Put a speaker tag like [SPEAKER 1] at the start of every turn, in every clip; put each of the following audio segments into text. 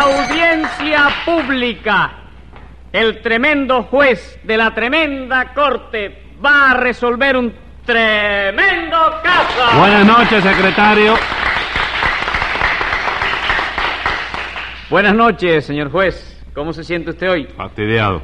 [SPEAKER 1] Audiencia pública. El tremendo juez de la tremenda corte va a resolver un tremendo caso.
[SPEAKER 2] Buenas noches, secretario.
[SPEAKER 1] Buenas noches, señor juez. ¿Cómo se siente usted hoy?
[SPEAKER 2] Fastidiado.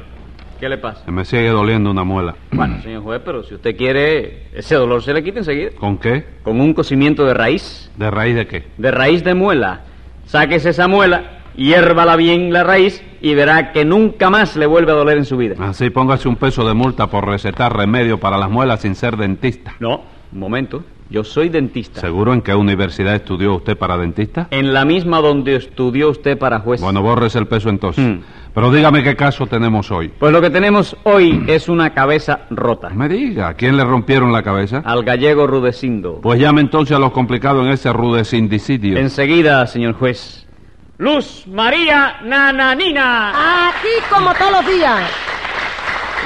[SPEAKER 1] ¿Qué le pasa?
[SPEAKER 2] Se me sigue doliendo una muela.
[SPEAKER 1] Bueno, señor juez, pero si usted quiere, ese dolor se le quita enseguida.
[SPEAKER 2] ¿Con qué?
[SPEAKER 1] Con un cocimiento de raíz,
[SPEAKER 2] ¿De raíz de qué?
[SPEAKER 1] de raíz de muela. Sáquese esa muela, hiérvala bien la raíz y verá que nunca más le vuelve a doler en su vida.
[SPEAKER 2] Así póngase un peso de multa por recetar remedio para las muelas sin ser dentista.
[SPEAKER 1] No, un momento. Yo soy dentista.
[SPEAKER 2] ¿Seguro en qué universidad estudió usted para dentista?
[SPEAKER 1] En la misma donde estudió usted para juez.
[SPEAKER 2] Bueno, borres el peso entonces.
[SPEAKER 1] Hmm.
[SPEAKER 2] Pero dígame qué caso tenemos hoy.
[SPEAKER 1] Pues lo que tenemos hoy es una cabeza rota.
[SPEAKER 2] Me diga, ¿a quién le rompieron la cabeza?
[SPEAKER 1] Al gallego Rudecindo.
[SPEAKER 2] Pues llame entonces a los complicados en ese rudecindicidio.
[SPEAKER 1] Enseguida, señor juez. Luz María Nananina.
[SPEAKER 3] Aquí como todos los días.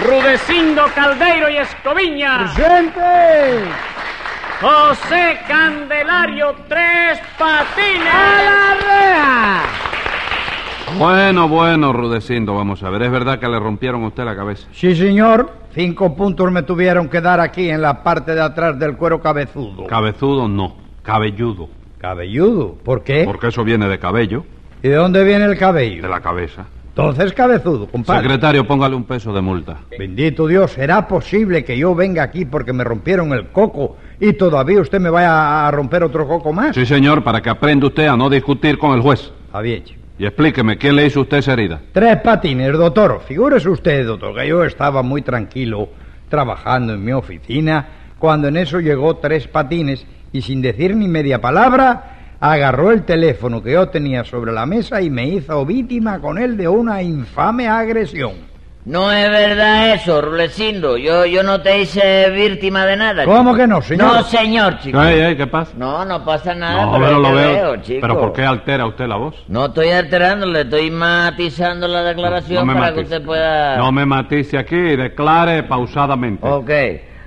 [SPEAKER 1] Rudecindo Caldeiro y Escoviña.
[SPEAKER 3] ¡Gente!
[SPEAKER 1] José Candelario Tres Patines.
[SPEAKER 2] Bueno, bueno, Rudecindo, vamos a ver. ¿Es verdad que le rompieron a usted la cabeza?
[SPEAKER 4] Sí, señor. Cinco puntos me tuvieron que dar aquí en la parte de atrás del cuero cabezudo.
[SPEAKER 2] Cabezudo no, cabelludo.
[SPEAKER 4] ¿Cabelludo? ¿Por qué?
[SPEAKER 2] Porque eso viene de cabello,
[SPEAKER 4] ¿Y de dónde viene el cabello?
[SPEAKER 2] de la cabeza.
[SPEAKER 4] Entonces cabezudo, compadre.
[SPEAKER 2] Secretario, póngale un peso de multa.
[SPEAKER 4] Bendito Dios, ¿será posible que yo venga aquí porque me rompieron el coco y todavía usted me vaya a romper otro coco más?
[SPEAKER 2] Sí, señor, para que aprenda usted a no discutir con el juez.
[SPEAKER 4] Está bien, chico.
[SPEAKER 2] Y explíqueme, ¿quién le hizo usted esa herida?
[SPEAKER 4] Tres patines, doctor. Figúrese usted, doctor, que yo estaba muy tranquilo trabajando en mi oficina cuando en eso llegó tres patines y sin decir ni media palabra agarró el teléfono que yo tenía sobre la mesa y me hizo víctima con él de una infame agresión.
[SPEAKER 5] No es verdad eso, Rulecindo. Yo, yo no te hice víctima de nada.
[SPEAKER 4] ¿Cómo
[SPEAKER 5] chico.
[SPEAKER 4] que no, señor?
[SPEAKER 5] No, señor, chico.
[SPEAKER 2] Ey, ey, ¿Qué pasa?
[SPEAKER 5] No, no pasa nada.
[SPEAKER 2] no, pero
[SPEAKER 5] Ah, yo
[SPEAKER 2] lo
[SPEAKER 5] te
[SPEAKER 2] veo.
[SPEAKER 5] chico.
[SPEAKER 2] ¿Pero por qué altera usted la voz?
[SPEAKER 5] No estoy alterando, le estoy matizando la declaración
[SPEAKER 2] me
[SPEAKER 5] para que
[SPEAKER 2] matice.
[SPEAKER 5] usted pueda...
[SPEAKER 2] No me matice aquí, declare pausadamente.
[SPEAKER 5] Ok.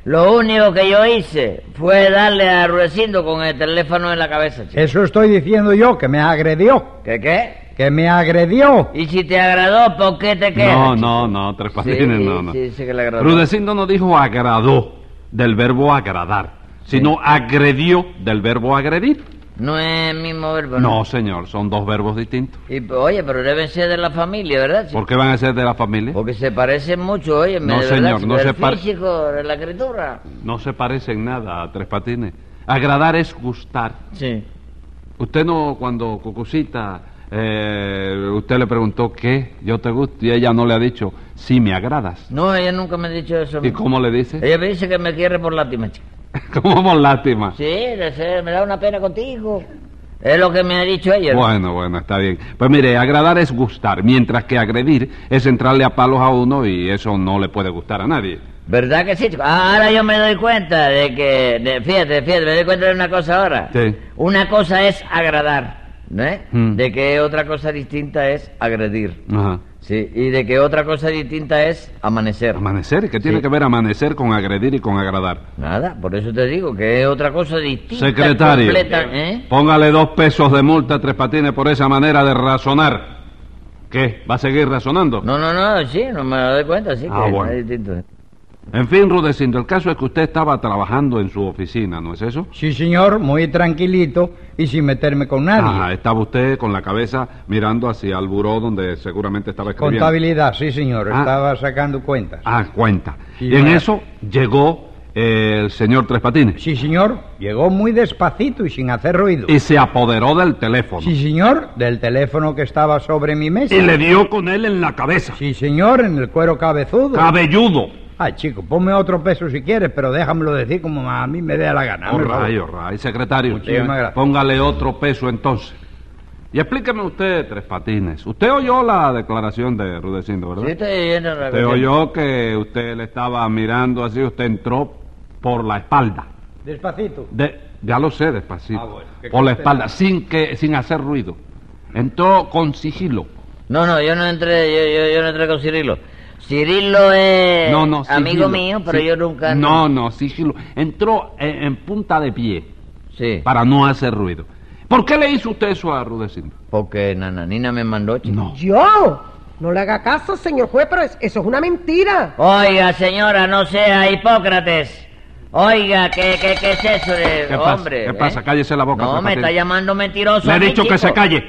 [SPEAKER 5] Lo único que yo hice fue darle a Rulecindo con el teléfono en la cabeza, chico.
[SPEAKER 4] Eso estoy diciendo yo, que me
[SPEAKER 2] Eh.
[SPEAKER 4] agredió.
[SPEAKER 5] ¿Qué qué?
[SPEAKER 4] Que me agredió.
[SPEAKER 5] Y si te agradó, ¿por qué te quedas?
[SPEAKER 2] No,
[SPEAKER 5] chico?
[SPEAKER 2] no, no, tres patines,
[SPEAKER 5] Sí,
[SPEAKER 2] no, no.
[SPEAKER 5] sí, sí que le agradó.
[SPEAKER 2] Rudecindo no dijo agradó del verbo agradar, sino agredió del verbo agredir.
[SPEAKER 5] No es el mismo verbo,
[SPEAKER 2] No, señor, son dos verbos distintos.
[SPEAKER 5] Y, oye, pero deben ser de la familia, ¿verdad? chico?
[SPEAKER 2] ¿Por qué van a ser de la familia?
[SPEAKER 5] Porque se parecen mucho, oye,
[SPEAKER 2] ¿Eh? No,
[SPEAKER 5] de verdad,
[SPEAKER 2] señor,
[SPEAKER 5] chico,
[SPEAKER 2] no se
[SPEAKER 5] el
[SPEAKER 2] par-
[SPEAKER 5] físico, de la escritura.
[SPEAKER 2] No se parecen nada a tres patines. Agradar es gustar.
[SPEAKER 5] Sí.
[SPEAKER 2] Usted no, cuando Cucucita, eh, usted le preguntó qué, yo te gusto, y ella no le ha dicho, sí, me agradas.
[SPEAKER 5] No, ella nunca me ha dicho eso.
[SPEAKER 2] ¿Y cómo le dice?
[SPEAKER 5] Ella me dice que me quiere por lástima, chico.
[SPEAKER 2] ¿Cómo por lástima?
[SPEAKER 5] Sí, de ser, me da una pena contigo. Es lo que me ha dicho ella. ¿no?
[SPEAKER 2] Bueno, bueno, está bien. Pues mire, agradar es gustar, mientras que agredir es entrarle a palos a uno y eso no le puede gustar a nadie.
[SPEAKER 5] ¿Verdad que sí, chico? Ah, Ahora yo me doy cuenta de que... de- fíjate, fíjate, me doy cuenta de una cosa ahora.
[SPEAKER 2] Sí.
[SPEAKER 5] Una cosa es agradar, ¿no es?
[SPEAKER 2] Mm.
[SPEAKER 5] De que otra cosa distinta es agredir.
[SPEAKER 2] Ajá.
[SPEAKER 5] Sí, y de que otra cosa distinta es amanecer.
[SPEAKER 2] Amanecer, ¿qué tiene
[SPEAKER 5] Sí.
[SPEAKER 2] que ver amanecer con agredir y con agradar?
[SPEAKER 5] Nada, por eso te digo que es otra cosa distinta.
[SPEAKER 2] Secretario,
[SPEAKER 5] completa, ¿eh?
[SPEAKER 2] póngale dos pesos de multa a Tres Patines por esa manera de razonar. ¿Qué? ¿Va a seguir razonando?
[SPEAKER 5] No, no, no, sí, no me doy cuenta, sí,
[SPEAKER 2] Ah,
[SPEAKER 5] que
[SPEAKER 2] bueno.
[SPEAKER 5] es distinto.
[SPEAKER 2] En fin, Rudecindo, el caso es que usted estaba trabajando en su oficina, ¿no es eso?
[SPEAKER 4] Sí, señor, muy tranquilito y sin meterme con nadie.
[SPEAKER 2] Ajá, estaba usted con la cabeza mirando hacia el buró donde seguramente estaba escribiendo.
[SPEAKER 4] Contabilidad, sí, señor.
[SPEAKER 2] Ah.
[SPEAKER 4] Estaba sacando cuentas.
[SPEAKER 2] Ah, cuenta.
[SPEAKER 4] Sí,
[SPEAKER 2] y en
[SPEAKER 4] señora.
[SPEAKER 2] eso llegó eh, el señor Tres Patines
[SPEAKER 4] Sí, señor. Llegó muy despacito y sin hacer ruido.
[SPEAKER 2] y se apoderó del teléfono
[SPEAKER 4] Sí, señor. Del teléfono que estaba sobre mi mesa.
[SPEAKER 2] y le dio con él en la cabeza,
[SPEAKER 4] Sí, señor, en el cuero cabezudo.
[SPEAKER 2] cabelludo.
[SPEAKER 4] Ay, chico, ponme otro peso si quieres, pero déjamelo decir como a mí me dé la gana.
[SPEAKER 2] Oh,
[SPEAKER 4] hombre, por favor.
[SPEAKER 2] ray, oh, ray. secretario. eh,
[SPEAKER 4] Muchísimas gracias.
[SPEAKER 2] Póngale otro peso entonces. Y explíqueme usted, Tres Patines. Usted oyó la declaración de Rudecindo, ¿verdad?
[SPEAKER 5] Sí, estoy oyendo la
[SPEAKER 2] Usted
[SPEAKER 5] cuestión.
[SPEAKER 2] oyó que usted le estaba mirando así, usted entró por la espalda.
[SPEAKER 4] Despacito.
[SPEAKER 2] De- ya lo sé, despacito.
[SPEAKER 4] Ah, bueno, que
[SPEAKER 2] por la
[SPEAKER 4] conste-
[SPEAKER 2] espalda, sin, que, sin hacer ruido. Entró con sigilo.
[SPEAKER 5] No, no, yo no entré, yo, yo, yo no entré con Cirilo. Cirilo es
[SPEAKER 2] no, no,
[SPEAKER 5] Eh, amigo
[SPEAKER 2] sigilo.
[SPEAKER 5] mío, pero
[SPEAKER 2] Sí.
[SPEAKER 5] yo nunca...
[SPEAKER 2] No, no, sigilo. Entró en, en punta de pie
[SPEAKER 5] Sí.
[SPEAKER 2] para no hacer ruido. ¿Por qué le hizo usted eso a Rudecindo?
[SPEAKER 5] Porque Nananina me mandó, chico.
[SPEAKER 2] No.
[SPEAKER 3] ¿Yo? No le haga caso, señor juez, pero es- eso es una mentira.
[SPEAKER 5] Oiga, señora, no sea Hipócrates. Oiga, ¿qué, qué, qué es eso de
[SPEAKER 2] ¿Qué pasa?
[SPEAKER 5] hombre? eh?
[SPEAKER 2] ¿Qué pasa? Cállese la boca,
[SPEAKER 5] No,
[SPEAKER 2] Tres
[SPEAKER 5] me
[SPEAKER 2] Patines.
[SPEAKER 5] está llamando mentiroso.
[SPEAKER 2] Le
[SPEAKER 5] a
[SPEAKER 2] he
[SPEAKER 5] mí,
[SPEAKER 2] dicho que
[SPEAKER 5] chico.
[SPEAKER 2] se calle.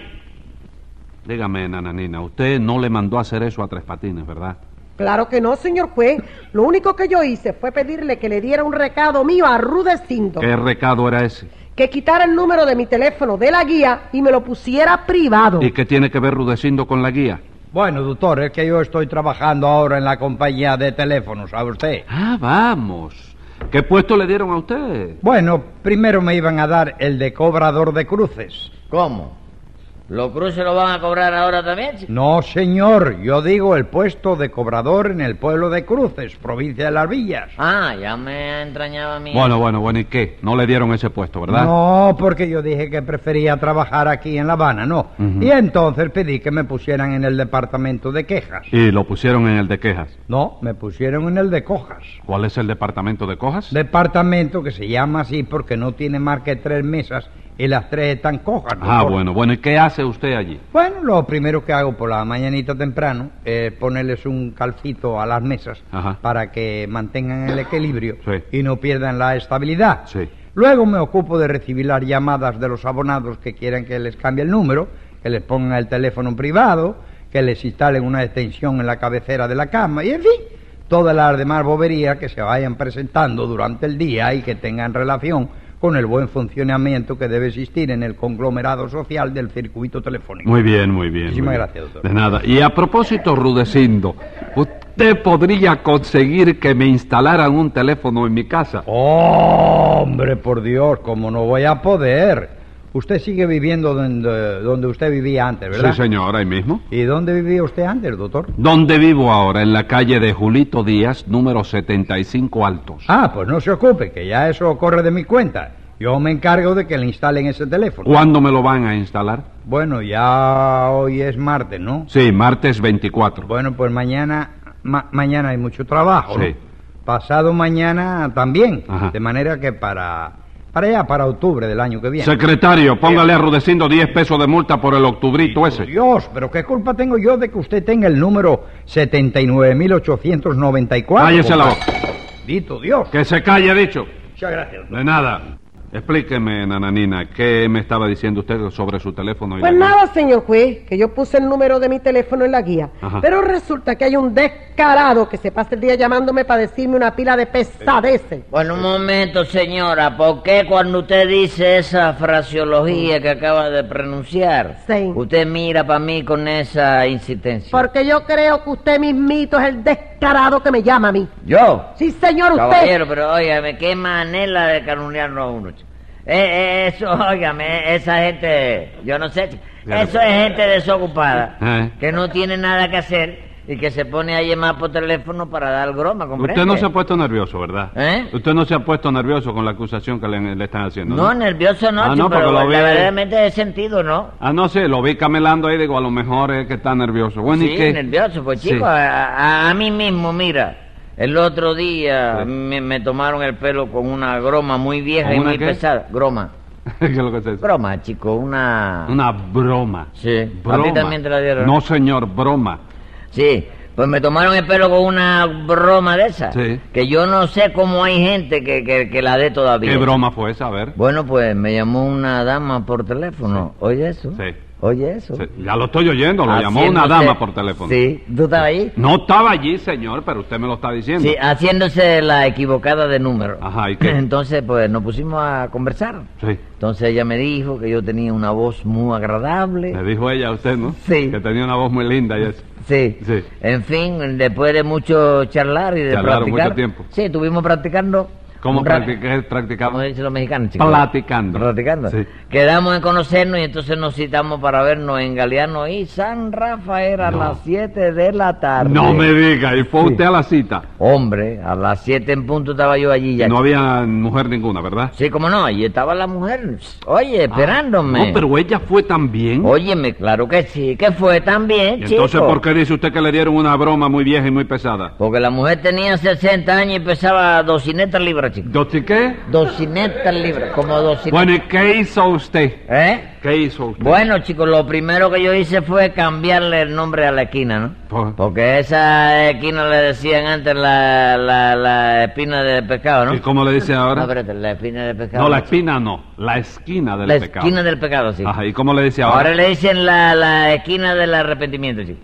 [SPEAKER 2] Dígame, Nananina, usted no le mandó a hacer eso a Tres Patines, ¿verdad?
[SPEAKER 3] Claro que no, señor juez. Lo único que yo hice fue pedirle que le diera un recado mío a Rudecindo.
[SPEAKER 2] ¿Qué recado era ese?
[SPEAKER 3] Que quitara el número de mi teléfono de la guía y me lo pusiera privado.
[SPEAKER 2] ¿Y qué tiene que ver Rudecindo con la guía?
[SPEAKER 4] Bueno, doctor, es que yo estoy trabajando ahora en la compañía de teléfonos, ¿sabe usted?
[SPEAKER 2] Ah, vamos. ¿Qué puesto le dieron a usted?
[SPEAKER 4] Bueno, primero me iban a dar el de cobrador de cruces.
[SPEAKER 5] ¿Cómo? ¿Los cruces lo van a cobrar ahora también, chico?
[SPEAKER 4] No, señor, yo digo el puesto de cobrador en el pueblo de Cruces, provincia de Las Villas.
[SPEAKER 5] Ah, ya me entrañaba a mí.
[SPEAKER 2] Bueno, bueno, bueno, ¿y qué? No le dieron ese puesto, ¿verdad?
[SPEAKER 4] No, porque yo dije que prefería trabajar aquí en La Habana, no.
[SPEAKER 2] Ujú.
[SPEAKER 4] Y entonces pedí que me pusieran en el departamento de quejas.
[SPEAKER 2] Y lo pusieron en el de quejas.
[SPEAKER 4] No, me pusieron en el de cojas.
[SPEAKER 2] ¿Cuál es el departamento de cojas?
[SPEAKER 4] Departamento que se llama así porque no tiene más que tres mesas y las tres están cojas.
[SPEAKER 2] Ah,
[SPEAKER 4] doctor.
[SPEAKER 2] bueno, bueno, ¿y qué hace usted allí?
[SPEAKER 4] Bueno, lo primero que hago por la mañanita temprano es ponerles un calcito a las mesas
[SPEAKER 2] Ajá.
[SPEAKER 4] para que mantengan el equilibrio
[SPEAKER 2] Sí.
[SPEAKER 4] y no pierdan la estabilidad.
[SPEAKER 2] Sí.
[SPEAKER 4] Luego me ocupo de recibir las llamadas de los abonados que quieran que les cambie el número, que les pongan el teléfono privado, que les instalen una extensión en la cabecera de la cama y, en fin, todas las demás boberías que se vayan presentando durante el día y que tengan relación con el buen funcionamiento que debe existir en el conglomerado social del circuito telefónico.
[SPEAKER 2] Muy bien, muy bien.
[SPEAKER 4] Muchísimas
[SPEAKER 2] muy bien.
[SPEAKER 4] gracias, doctor.
[SPEAKER 2] De nada. Y a propósito, Rudecindo, ¿usted podría conseguir que me instalaran un teléfono en mi casa?
[SPEAKER 4] Hombre, por Dios, como no voy a poder. Usted sigue viviendo donde, donde usted vivía antes, ¿verdad?
[SPEAKER 2] Sí, señor, ahí mismo.
[SPEAKER 4] ¿Y dónde vivía usted antes, doctor?
[SPEAKER 2] ¿Dónde vivo ahora? En la calle de Julito Díaz, número 75 Altos.
[SPEAKER 4] Ah, pues no se ocupe, que ya eso corre de mi cuenta. Yo me encargo de que le instalen ese teléfono.
[SPEAKER 2] ¿Cuándo me lo van a instalar?
[SPEAKER 4] Bueno, ya hoy es martes, ¿no?
[SPEAKER 2] Sí, martes 24.
[SPEAKER 4] Bueno, pues mañana ma- mañana hay mucho trabajo. ¿no?
[SPEAKER 2] Sí.
[SPEAKER 4] Pasado mañana también.
[SPEAKER 2] Ajá.
[SPEAKER 4] De manera que para para ya para octubre del año que viene.
[SPEAKER 2] Secretario, póngale a Rudecindo 10 pesos de multa por el octubrito
[SPEAKER 4] Por
[SPEAKER 2] ese.
[SPEAKER 4] Dios, pero qué culpa tengo yo de que usted tenga el número 79.894.
[SPEAKER 2] Cállese la
[SPEAKER 4] compadre? Dito Dios.
[SPEAKER 2] Que se calle, dicho.
[SPEAKER 4] Muchas gracias.
[SPEAKER 2] De nada. Explíqueme, Nananina, ¿qué me estaba diciendo usted sobre su teléfono? y
[SPEAKER 3] Pues
[SPEAKER 2] la-
[SPEAKER 3] nada, señor juez, que yo puse el número de mi teléfono en la guía.
[SPEAKER 2] Ajá.
[SPEAKER 3] Pero resulta que hay un descarado que se pasa el día llamándome para decirme una pila de pesadeces.
[SPEAKER 5] Bueno, un momento, señora. ¿Por qué cuando usted dice esa fraseología que acaba de pronunciar,
[SPEAKER 3] Sí.
[SPEAKER 5] usted mira para mí con esa insistencia?
[SPEAKER 3] Porque yo creo que usted mismito es el descarado que me llama a mí.
[SPEAKER 5] ¿Yo?
[SPEAKER 3] Sí, señor, usted.
[SPEAKER 5] Caballero, pero óigame, qué manera de calumniarnos a uno. chico. Eh, eh, eso, óigame, esa gente, yo no sé, chico.
[SPEAKER 2] Ya.
[SPEAKER 5] eso es gente desocupada,
[SPEAKER 2] Eh.
[SPEAKER 5] que no tiene nada que hacer y que se pone a llamar por teléfono para dar broma, ¿comprende?
[SPEAKER 2] Usted no se ha puesto nervioso, ¿verdad?
[SPEAKER 5] ¿Eh?
[SPEAKER 2] Usted no se ha puesto nervioso con la acusación que le, le están haciendo.
[SPEAKER 5] No, nervioso no,
[SPEAKER 2] Ah,
[SPEAKER 5] chico,
[SPEAKER 2] no, porque
[SPEAKER 5] pero
[SPEAKER 2] lo vi-
[SPEAKER 5] verdaderamente de sentido, ¿no?
[SPEAKER 2] Ah, no sé, lo vi camelando ahí, digo, a lo mejor es que está nervioso. Bueno,
[SPEAKER 5] sí,
[SPEAKER 2] ¿y qué?
[SPEAKER 5] nervioso, pues
[SPEAKER 2] Sí.
[SPEAKER 5] chico, a, a- a mí mismo, mira, el otro día me, me tomaron el pelo con una groma muy vieja
[SPEAKER 2] ¿Con
[SPEAKER 5] y
[SPEAKER 2] una
[SPEAKER 5] muy
[SPEAKER 2] qué?
[SPEAKER 5] pesada. Groma.
[SPEAKER 2] ¿Qué es lo que es eso?
[SPEAKER 5] Broma, chico, una...
[SPEAKER 2] Una broma.
[SPEAKER 5] Sí.
[SPEAKER 2] Broma.
[SPEAKER 5] ¿A ti también te la dieron? ¿eh?
[SPEAKER 2] No, señor, broma.
[SPEAKER 5] Sí, pues me tomaron el pelo con una broma de esa.
[SPEAKER 2] Sí.
[SPEAKER 5] Que yo no sé cómo hay gente que, que, que la dé todavía.
[SPEAKER 2] ¿Qué broma fue esa? A ver.
[SPEAKER 5] Bueno, pues me llamó una dama por teléfono. ¿Oye eso?
[SPEAKER 2] Sí.
[SPEAKER 5] ¿Oye eso?
[SPEAKER 2] Sí, Ya lo estoy oyendo, lo llamó
[SPEAKER 5] Haciéndose-
[SPEAKER 2] una dama por teléfono.
[SPEAKER 5] Sí, ¿tú estabas ahí?
[SPEAKER 2] No estaba allí, señor, pero usted me lo está diciendo.
[SPEAKER 5] Sí, haciéndose la equivocada de número.
[SPEAKER 2] Ajá, ¿y qué?
[SPEAKER 5] Entonces, pues nos pusimos a conversar.
[SPEAKER 2] Sí.
[SPEAKER 5] Entonces ella me dijo que yo tenía una voz muy agradable.
[SPEAKER 2] Le dijo ella a usted, ¿no?
[SPEAKER 5] Sí.
[SPEAKER 2] Que tenía una voz muy linda y eso.
[SPEAKER 5] Sí.
[SPEAKER 2] Sí.
[SPEAKER 5] En fin, después de mucho charlar y de
[SPEAKER 2] Charlaron
[SPEAKER 5] practicar.
[SPEAKER 2] mucho tiempo.
[SPEAKER 5] Sí, estuvimos practicando.
[SPEAKER 2] ¿Cómo
[SPEAKER 5] un ra-
[SPEAKER 2] practica- practicaba?
[SPEAKER 5] Como dicen los mexicanos, chicos.
[SPEAKER 2] Platicando. Sí.
[SPEAKER 5] Quedamos en conocernos y entonces nos citamos para vernos en Galeano y San Rafael a
[SPEAKER 2] No.
[SPEAKER 5] las 7 de la tarde.
[SPEAKER 2] No me diga, y fue
[SPEAKER 5] Sí.
[SPEAKER 2] usted a la cita.
[SPEAKER 5] Hombre, a las 7 en punto estaba yo allí ya.
[SPEAKER 2] No había mujer ninguna, ¿verdad?
[SPEAKER 5] Sí, cómo no, allí estaba la mujer. Oye, esperándome.
[SPEAKER 2] Ah, No, pero ella fue también.
[SPEAKER 5] Óyeme, claro que sí, que fue también,
[SPEAKER 2] ¿Y entonces,
[SPEAKER 5] chico.
[SPEAKER 2] ¿por qué dice usted que le dieron una broma muy vieja y muy pesada?
[SPEAKER 5] Porque la mujer tenía 60 años y pesaba 200 libras, libras, chico.
[SPEAKER 2] ¿Yo te qué?
[SPEAKER 5] 200 libras, como 200.
[SPEAKER 2] Bueno, ¿y qué hizo usted?
[SPEAKER 5] ¿Eh?
[SPEAKER 2] ¿Qué hizo usted?
[SPEAKER 5] Bueno, chicos, lo primero que yo hice fue cambiarle el nombre a la esquina, ¿no?
[SPEAKER 2] Por-
[SPEAKER 5] Porque esa esquina le decían antes la, la, la espina de pescado, ¿no?
[SPEAKER 2] ¿Y cómo le dicen
[SPEAKER 5] No,
[SPEAKER 2] ahora?
[SPEAKER 5] espérate, la espina de pescado.
[SPEAKER 2] No, la
[SPEAKER 5] chico.
[SPEAKER 2] espina no, la esquina del
[SPEAKER 5] La
[SPEAKER 2] pecado.
[SPEAKER 5] esquina del pecado, sí.
[SPEAKER 2] Ajá, ¿y cómo le dice ahora?
[SPEAKER 5] Ahora le dicen la, la esquina del arrepentimiento, chico.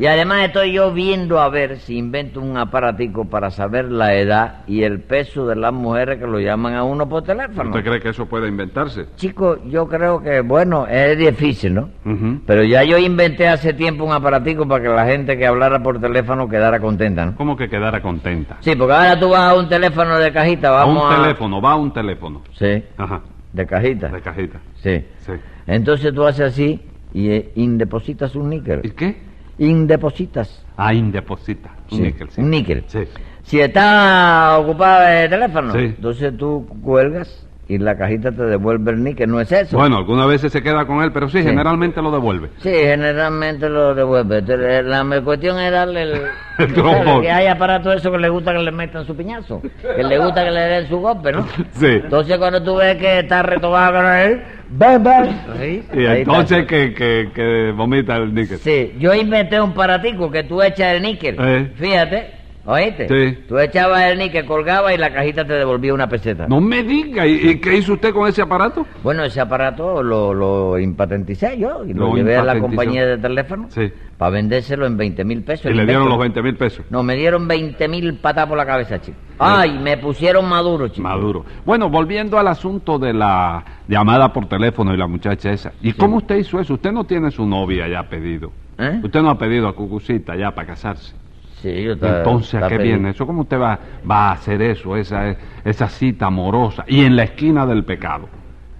[SPEAKER 5] Y además estoy yo viendo a ver si invento un aparatico para saber la edad y el peso de las mujeres que lo llaman a uno por teléfono.
[SPEAKER 2] ¿Usted cree que eso puede inventarse?
[SPEAKER 5] Chico, yo creo que, bueno, es difícil, ¿no?
[SPEAKER 2] Ujú.
[SPEAKER 5] Pero ya yo inventé hace tiempo un aparatico para que la gente que hablara por teléfono quedara contenta, ¿no?
[SPEAKER 2] ¿Cómo que quedara contenta?
[SPEAKER 5] Sí, porque ahora tú vas a un teléfono de cajita,
[SPEAKER 2] A
[SPEAKER 5] vamos
[SPEAKER 2] un
[SPEAKER 5] a...
[SPEAKER 2] teléfono, va a un teléfono.
[SPEAKER 5] Sí,
[SPEAKER 2] Ajá,
[SPEAKER 5] de cajita,
[SPEAKER 2] de cajita.
[SPEAKER 5] sí.
[SPEAKER 2] Sí.
[SPEAKER 5] Entonces tú haces así y eh, indepositas un
[SPEAKER 2] ¿Y
[SPEAKER 5] níquel.
[SPEAKER 2] qué?
[SPEAKER 5] Indepositas.
[SPEAKER 2] Ah, indeposita. Un
[SPEAKER 5] Sí,
[SPEAKER 2] níquel, sí.
[SPEAKER 5] un níquel.
[SPEAKER 2] Sí.
[SPEAKER 5] Si está ocupado el teléfono,
[SPEAKER 2] Sí.
[SPEAKER 5] entonces tú cuelgas y la cajita te devuelve el níquel. ¿No es eso?
[SPEAKER 2] Bueno, algunas veces se queda con él, pero sí,
[SPEAKER 5] Sí.
[SPEAKER 2] generalmente lo devuelve.
[SPEAKER 5] Sí, generalmente lo devuelve. Te- le- La me- cuestión es darle el...
[SPEAKER 2] El
[SPEAKER 5] tú sabes
[SPEAKER 2] trombón.
[SPEAKER 5] Que hay aparato eso que le gusta que le metan su piñazo. Que le gusta que le den su golpe, ¿no?
[SPEAKER 2] Sí.
[SPEAKER 5] Entonces cuando tú ves que está retobado con él... ¡Bam, bam! Sí,
[SPEAKER 2] Y
[SPEAKER 5] ahí está.
[SPEAKER 2] entonces que, que, que vomita el níquel.
[SPEAKER 5] Sí, yo inventé un paratico que tú echas el níquel.
[SPEAKER 2] Eh.
[SPEAKER 5] Fíjate, ¿oíste?
[SPEAKER 2] Sí.
[SPEAKER 5] Tú echabas el níquel, colgabas y la cajita te devolvía una peseta.
[SPEAKER 2] No me diga, ¿y, y qué hizo usted con ese aparato?
[SPEAKER 5] Bueno, ese aparato lo, lo impatenticé yo y lo,
[SPEAKER 2] Lo
[SPEAKER 5] llevé a la
[SPEAKER 2] impatentizó.
[SPEAKER 5] compañía de teléfono
[SPEAKER 2] Sí.
[SPEAKER 5] para vendérselo en 20 mil pesos.
[SPEAKER 2] Y
[SPEAKER 5] el
[SPEAKER 2] le dieron
[SPEAKER 5] invento.
[SPEAKER 2] los 20 mil pesos.
[SPEAKER 5] No, me dieron 20 mil patas por la cabeza, chico. Ay, me pusieron maduro, chico.
[SPEAKER 2] Maduro. Bueno, volviendo al asunto de la llamada por teléfono y la muchacha esa. ¿Y cómo usted hizo eso? Usted no tiene su novia ya pedido.
[SPEAKER 5] ¿Eh?
[SPEAKER 2] Usted no ha pedido a Cucucita ya para casarse.
[SPEAKER 5] Sí, yo estaba-
[SPEAKER 2] Entonces, ¿a
[SPEAKER 5] estaba
[SPEAKER 2] qué
[SPEAKER 5] feliz.
[SPEAKER 2] viene eso? ¿Cómo usted va, va a hacer eso, esa, esa cita amorosa? Y en la esquina del pecado.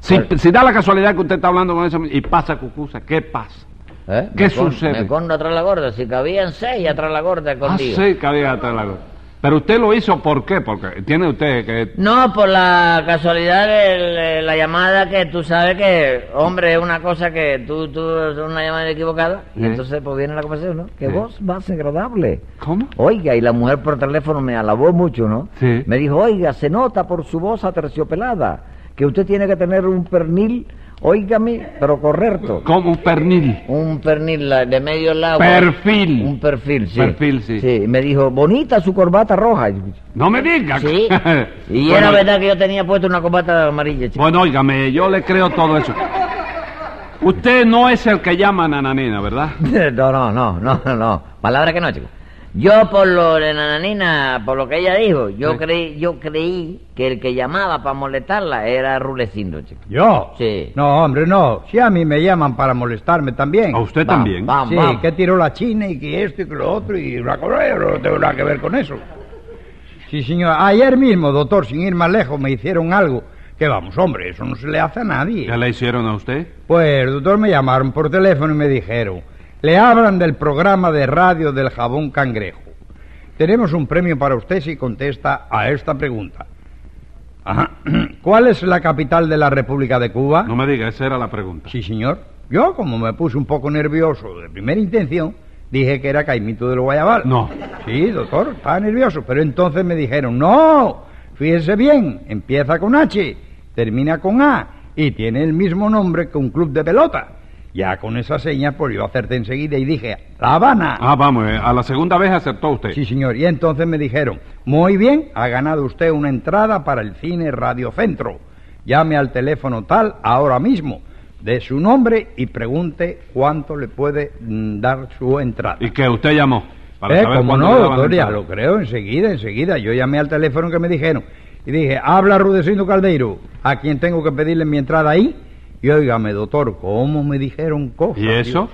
[SPEAKER 2] Si,
[SPEAKER 5] Bueno.
[SPEAKER 2] si da la casualidad que usted está hablando con esa mu- y pasa Cucusa, ¿qué pasa?
[SPEAKER 5] ¿Eh?
[SPEAKER 2] ¿Qué
[SPEAKER 5] Me con-
[SPEAKER 2] sucede?
[SPEAKER 5] Me condo atrás la gorda. Si cabían seis atrás la gorda
[SPEAKER 2] Ah,
[SPEAKER 5] escondido.
[SPEAKER 2] sí, que había atrás la cosa. Pero usted lo hizo, ¿por qué? Porque tiene usted que...
[SPEAKER 5] No, por la casualidad de la llamada que tú sabes que, hombre, es una cosa que tú, tú, es una llamada equivocada. Y
[SPEAKER 2] Sí.
[SPEAKER 5] entonces, pues viene la conversación, ¿no? Que
[SPEAKER 2] Sí.
[SPEAKER 5] voz más agradable.
[SPEAKER 2] ¿Cómo?
[SPEAKER 5] Oiga, y la mujer por teléfono me alabó mucho, ¿no?
[SPEAKER 2] Sí.
[SPEAKER 5] Me dijo, oiga, se nota por su voz aterciopelada que usted tiene que tener un pernil, óigame, pero correcto.
[SPEAKER 2] Como un pernil.
[SPEAKER 5] Un pernil la- de medio lado.
[SPEAKER 2] Perfil.
[SPEAKER 5] Un perfil, sí.
[SPEAKER 2] Perfil, sí.
[SPEAKER 5] Sí, me dijo, bonita su corbata roja.
[SPEAKER 2] No me diga.
[SPEAKER 5] Sí. Y
[SPEAKER 2] Bueno,
[SPEAKER 5] era verdad que yo tenía puesto una corbata amarilla, chico.
[SPEAKER 2] Bueno, óigame, yo le creo todo eso. Usted no es el que llama a Nananina, ¿verdad?
[SPEAKER 5] No, no, no, no, no. Palabra que no, chico. Yo por lo de Nananina, por lo que ella dijo, yo
[SPEAKER 2] Sí.
[SPEAKER 5] creí, yo creí que el que llamaba para molestarla era Rulecindo, chico.
[SPEAKER 4] ¿Yo?
[SPEAKER 5] Sí.
[SPEAKER 4] No, hombre, no. Si a mí me llaman para molestarme también.
[SPEAKER 2] A usted
[SPEAKER 5] Va,
[SPEAKER 2] también.
[SPEAKER 5] va.
[SPEAKER 4] sí,
[SPEAKER 5] vamos.
[SPEAKER 4] que tiró la China y que esto y que lo otro y una cosa, yo no tengo nada que ver con eso. Sí, señor. Ayer mismo, doctor, sin ir más lejos, me hicieron algo. Que vamos, hombre, eso no se le hace a nadie.
[SPEAKER 2] ¿Qué le hicieron a usted?
[SPEAKER 4] Pues, doctor, me llamaron por teléfono y me dijeron, le hablan del programa de radio del jabón cangrejo. Tenemos un premio para usted si contesta a esta pregunta. Ajá. ¿Cuál es la capital de la República de Cuba?
[SPEAKER 2] No me diga, esa era la pregunta.
[SPEAKER 4] ¿Ah? Sí, señor. Yo, como me puse un poco nervioso de primera intención, dije que era Caimito del Guayabal.
[SPEAKER 2] No.
[SPEAKER 4] Sí, doctor, estaba nervioso, pero entonces me dijeron, no, fíjese bien, empieza con H, termina con A y tiene el mismo nombre que un club de pelota. Ya con esa seña, pues yo acerté enseguida y dije, La Habana.
[SPEAKER 2] Ah, vamos, eh, a la segunda vez acertó usted.
[SPEAKER 4] Sí, señor. Y entonces me dijeron, muy bien, ha ganado usted una entrada para el cine Radio Centro. Llame al teléfono tal ahora mismo, de su nombre y pregunte cuánto le puede mm, dar su entrada.
[SPEAKER 2] ¿Y que ¿Usted llamó?
[SPEAKER 4] Eh,
[SPEAKER 2] saber
[SPEAKER 4] ¿Cómo
[SPEAKER 2] cuándo
[SPEAKER 4] no,
[SPEAKER 2] le daban
[SPEAKER 4] doctor? Ya
[SPEAKER 2] entrada.
[SPEAKER 4] lo creo, enseguida, enseguida. Yo llamé al teléfono que me dijeron y dije, habla Rudecindo Caldeiro, a quien tengo que pedirle mi entrada ahí. Y óigame, doctor, ¿cómo me dijeron cosas?
[SPEAKER 2] ¿Y eso?
[SPEAKER 4] Dios?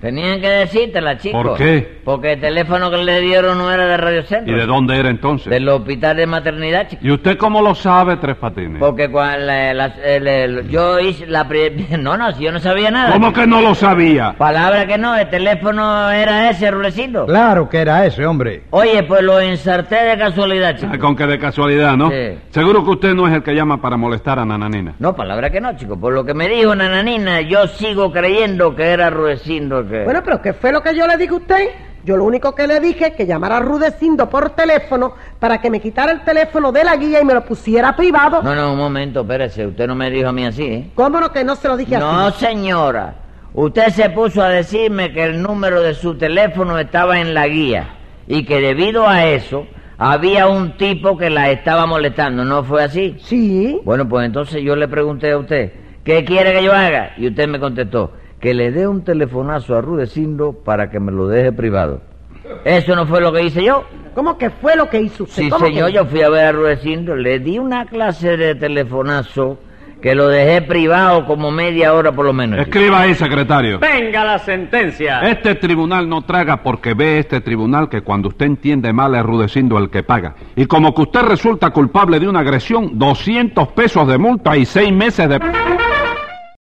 [SPEAKER 5] Tenían que decírtela, chico.
[SPEAKER 2] ¿Por qué?
[SPEAKER 5] Porque el teléfono que le dieron no era de Radio
[SPEAKER 2] ¿Y
[SPEAKER 5] Centro.
[SPEAKER 2] de dónde era entonces?
[SPEAKER 5] Del hospital de maternidad, chico.
[SPEAKER 2] ¿Y usted cómo lo sabe, Tres Patines?
[SPEAKER 5] Porque cuando la- la- el- el- yo hice la... pri- No, no, si yo no sabía nada.
[SPEAKER 2] ¿Cómo que no lo sabía?
[SPEAKER 5] Palabra que no, el teléfono era ese, Rulecindo.
[SPEAKER 4] Claro que era ese, hombre.
[SPEAKER 5] Oye, pues lo ensarté de casualidad, chico.
[SPEAKER 2] Ah, Con que de casualidad, ¿no?
[SPEAKER 5] Sí.
[SPEAKER 2] Seguro que usted no es el que llama para molestar a Nananina.
[SPEAKER 5] No, palabra que no, chico. Por lo que me dijo Nananina, yo sigo creyendo que era Ruecindo que...
[SPEAKER 3] Bueno, pero ¿qué fue lo que yo le dije a usted? Yo lo único que le dije es que llamara a Rudecindo por teléfono para que me quitara el teléfono de la guía y me lo pusiera privado.
[SPEAKER 5] No, no, un momento, espérese. Usted no me dijo a mí así, ¿eh?
[SPEAKER 3] ¿Cómo no que no se lo dije
[SPEAKER 5] No,
[SPEAKER 3] así?
[SPEAKER 5] señora. Usted se puso a decirme que el número de su teléfono estaba en la guía y que debido a eso había un tipo que la estaba molestando. ¿No fue así?
[SPEAKER 3] Sí.
[SPEAKER 5] Bueno, pues entonces yo le pregunté a usted, ¿qué quiere que yo haga? Y usted me contestó, que le dé un telefonazo a Rudecindo para que me lo deje privado. ¿Eso no fue lo que hice yo?
[SPEAKER 3] ¿Cómo que fue lo que hizo usted?
[SPEAKER 5] Sí,
[SPEAKER 3] ¿Cómo
[SPEAKER 5] señor,
[SPEAKER 3] que-
[SPEAKER 5] yo fui a ver a Rudecindo, le di una clase de telefonazo que lo dejé privado como media hora por lo menos. chico.
[SPEAKER 2] Escriba ahí, secretario.
[SPEAKER 1] Venga la sentencia.
[SPEAKER 2] Este tribunal no traga porque ve este tribunal que cuando usted entiende mal es Rudecindo el que paga. Y como que usted resulta culpable de una agresión, 200 pesos de multa y seis meses de...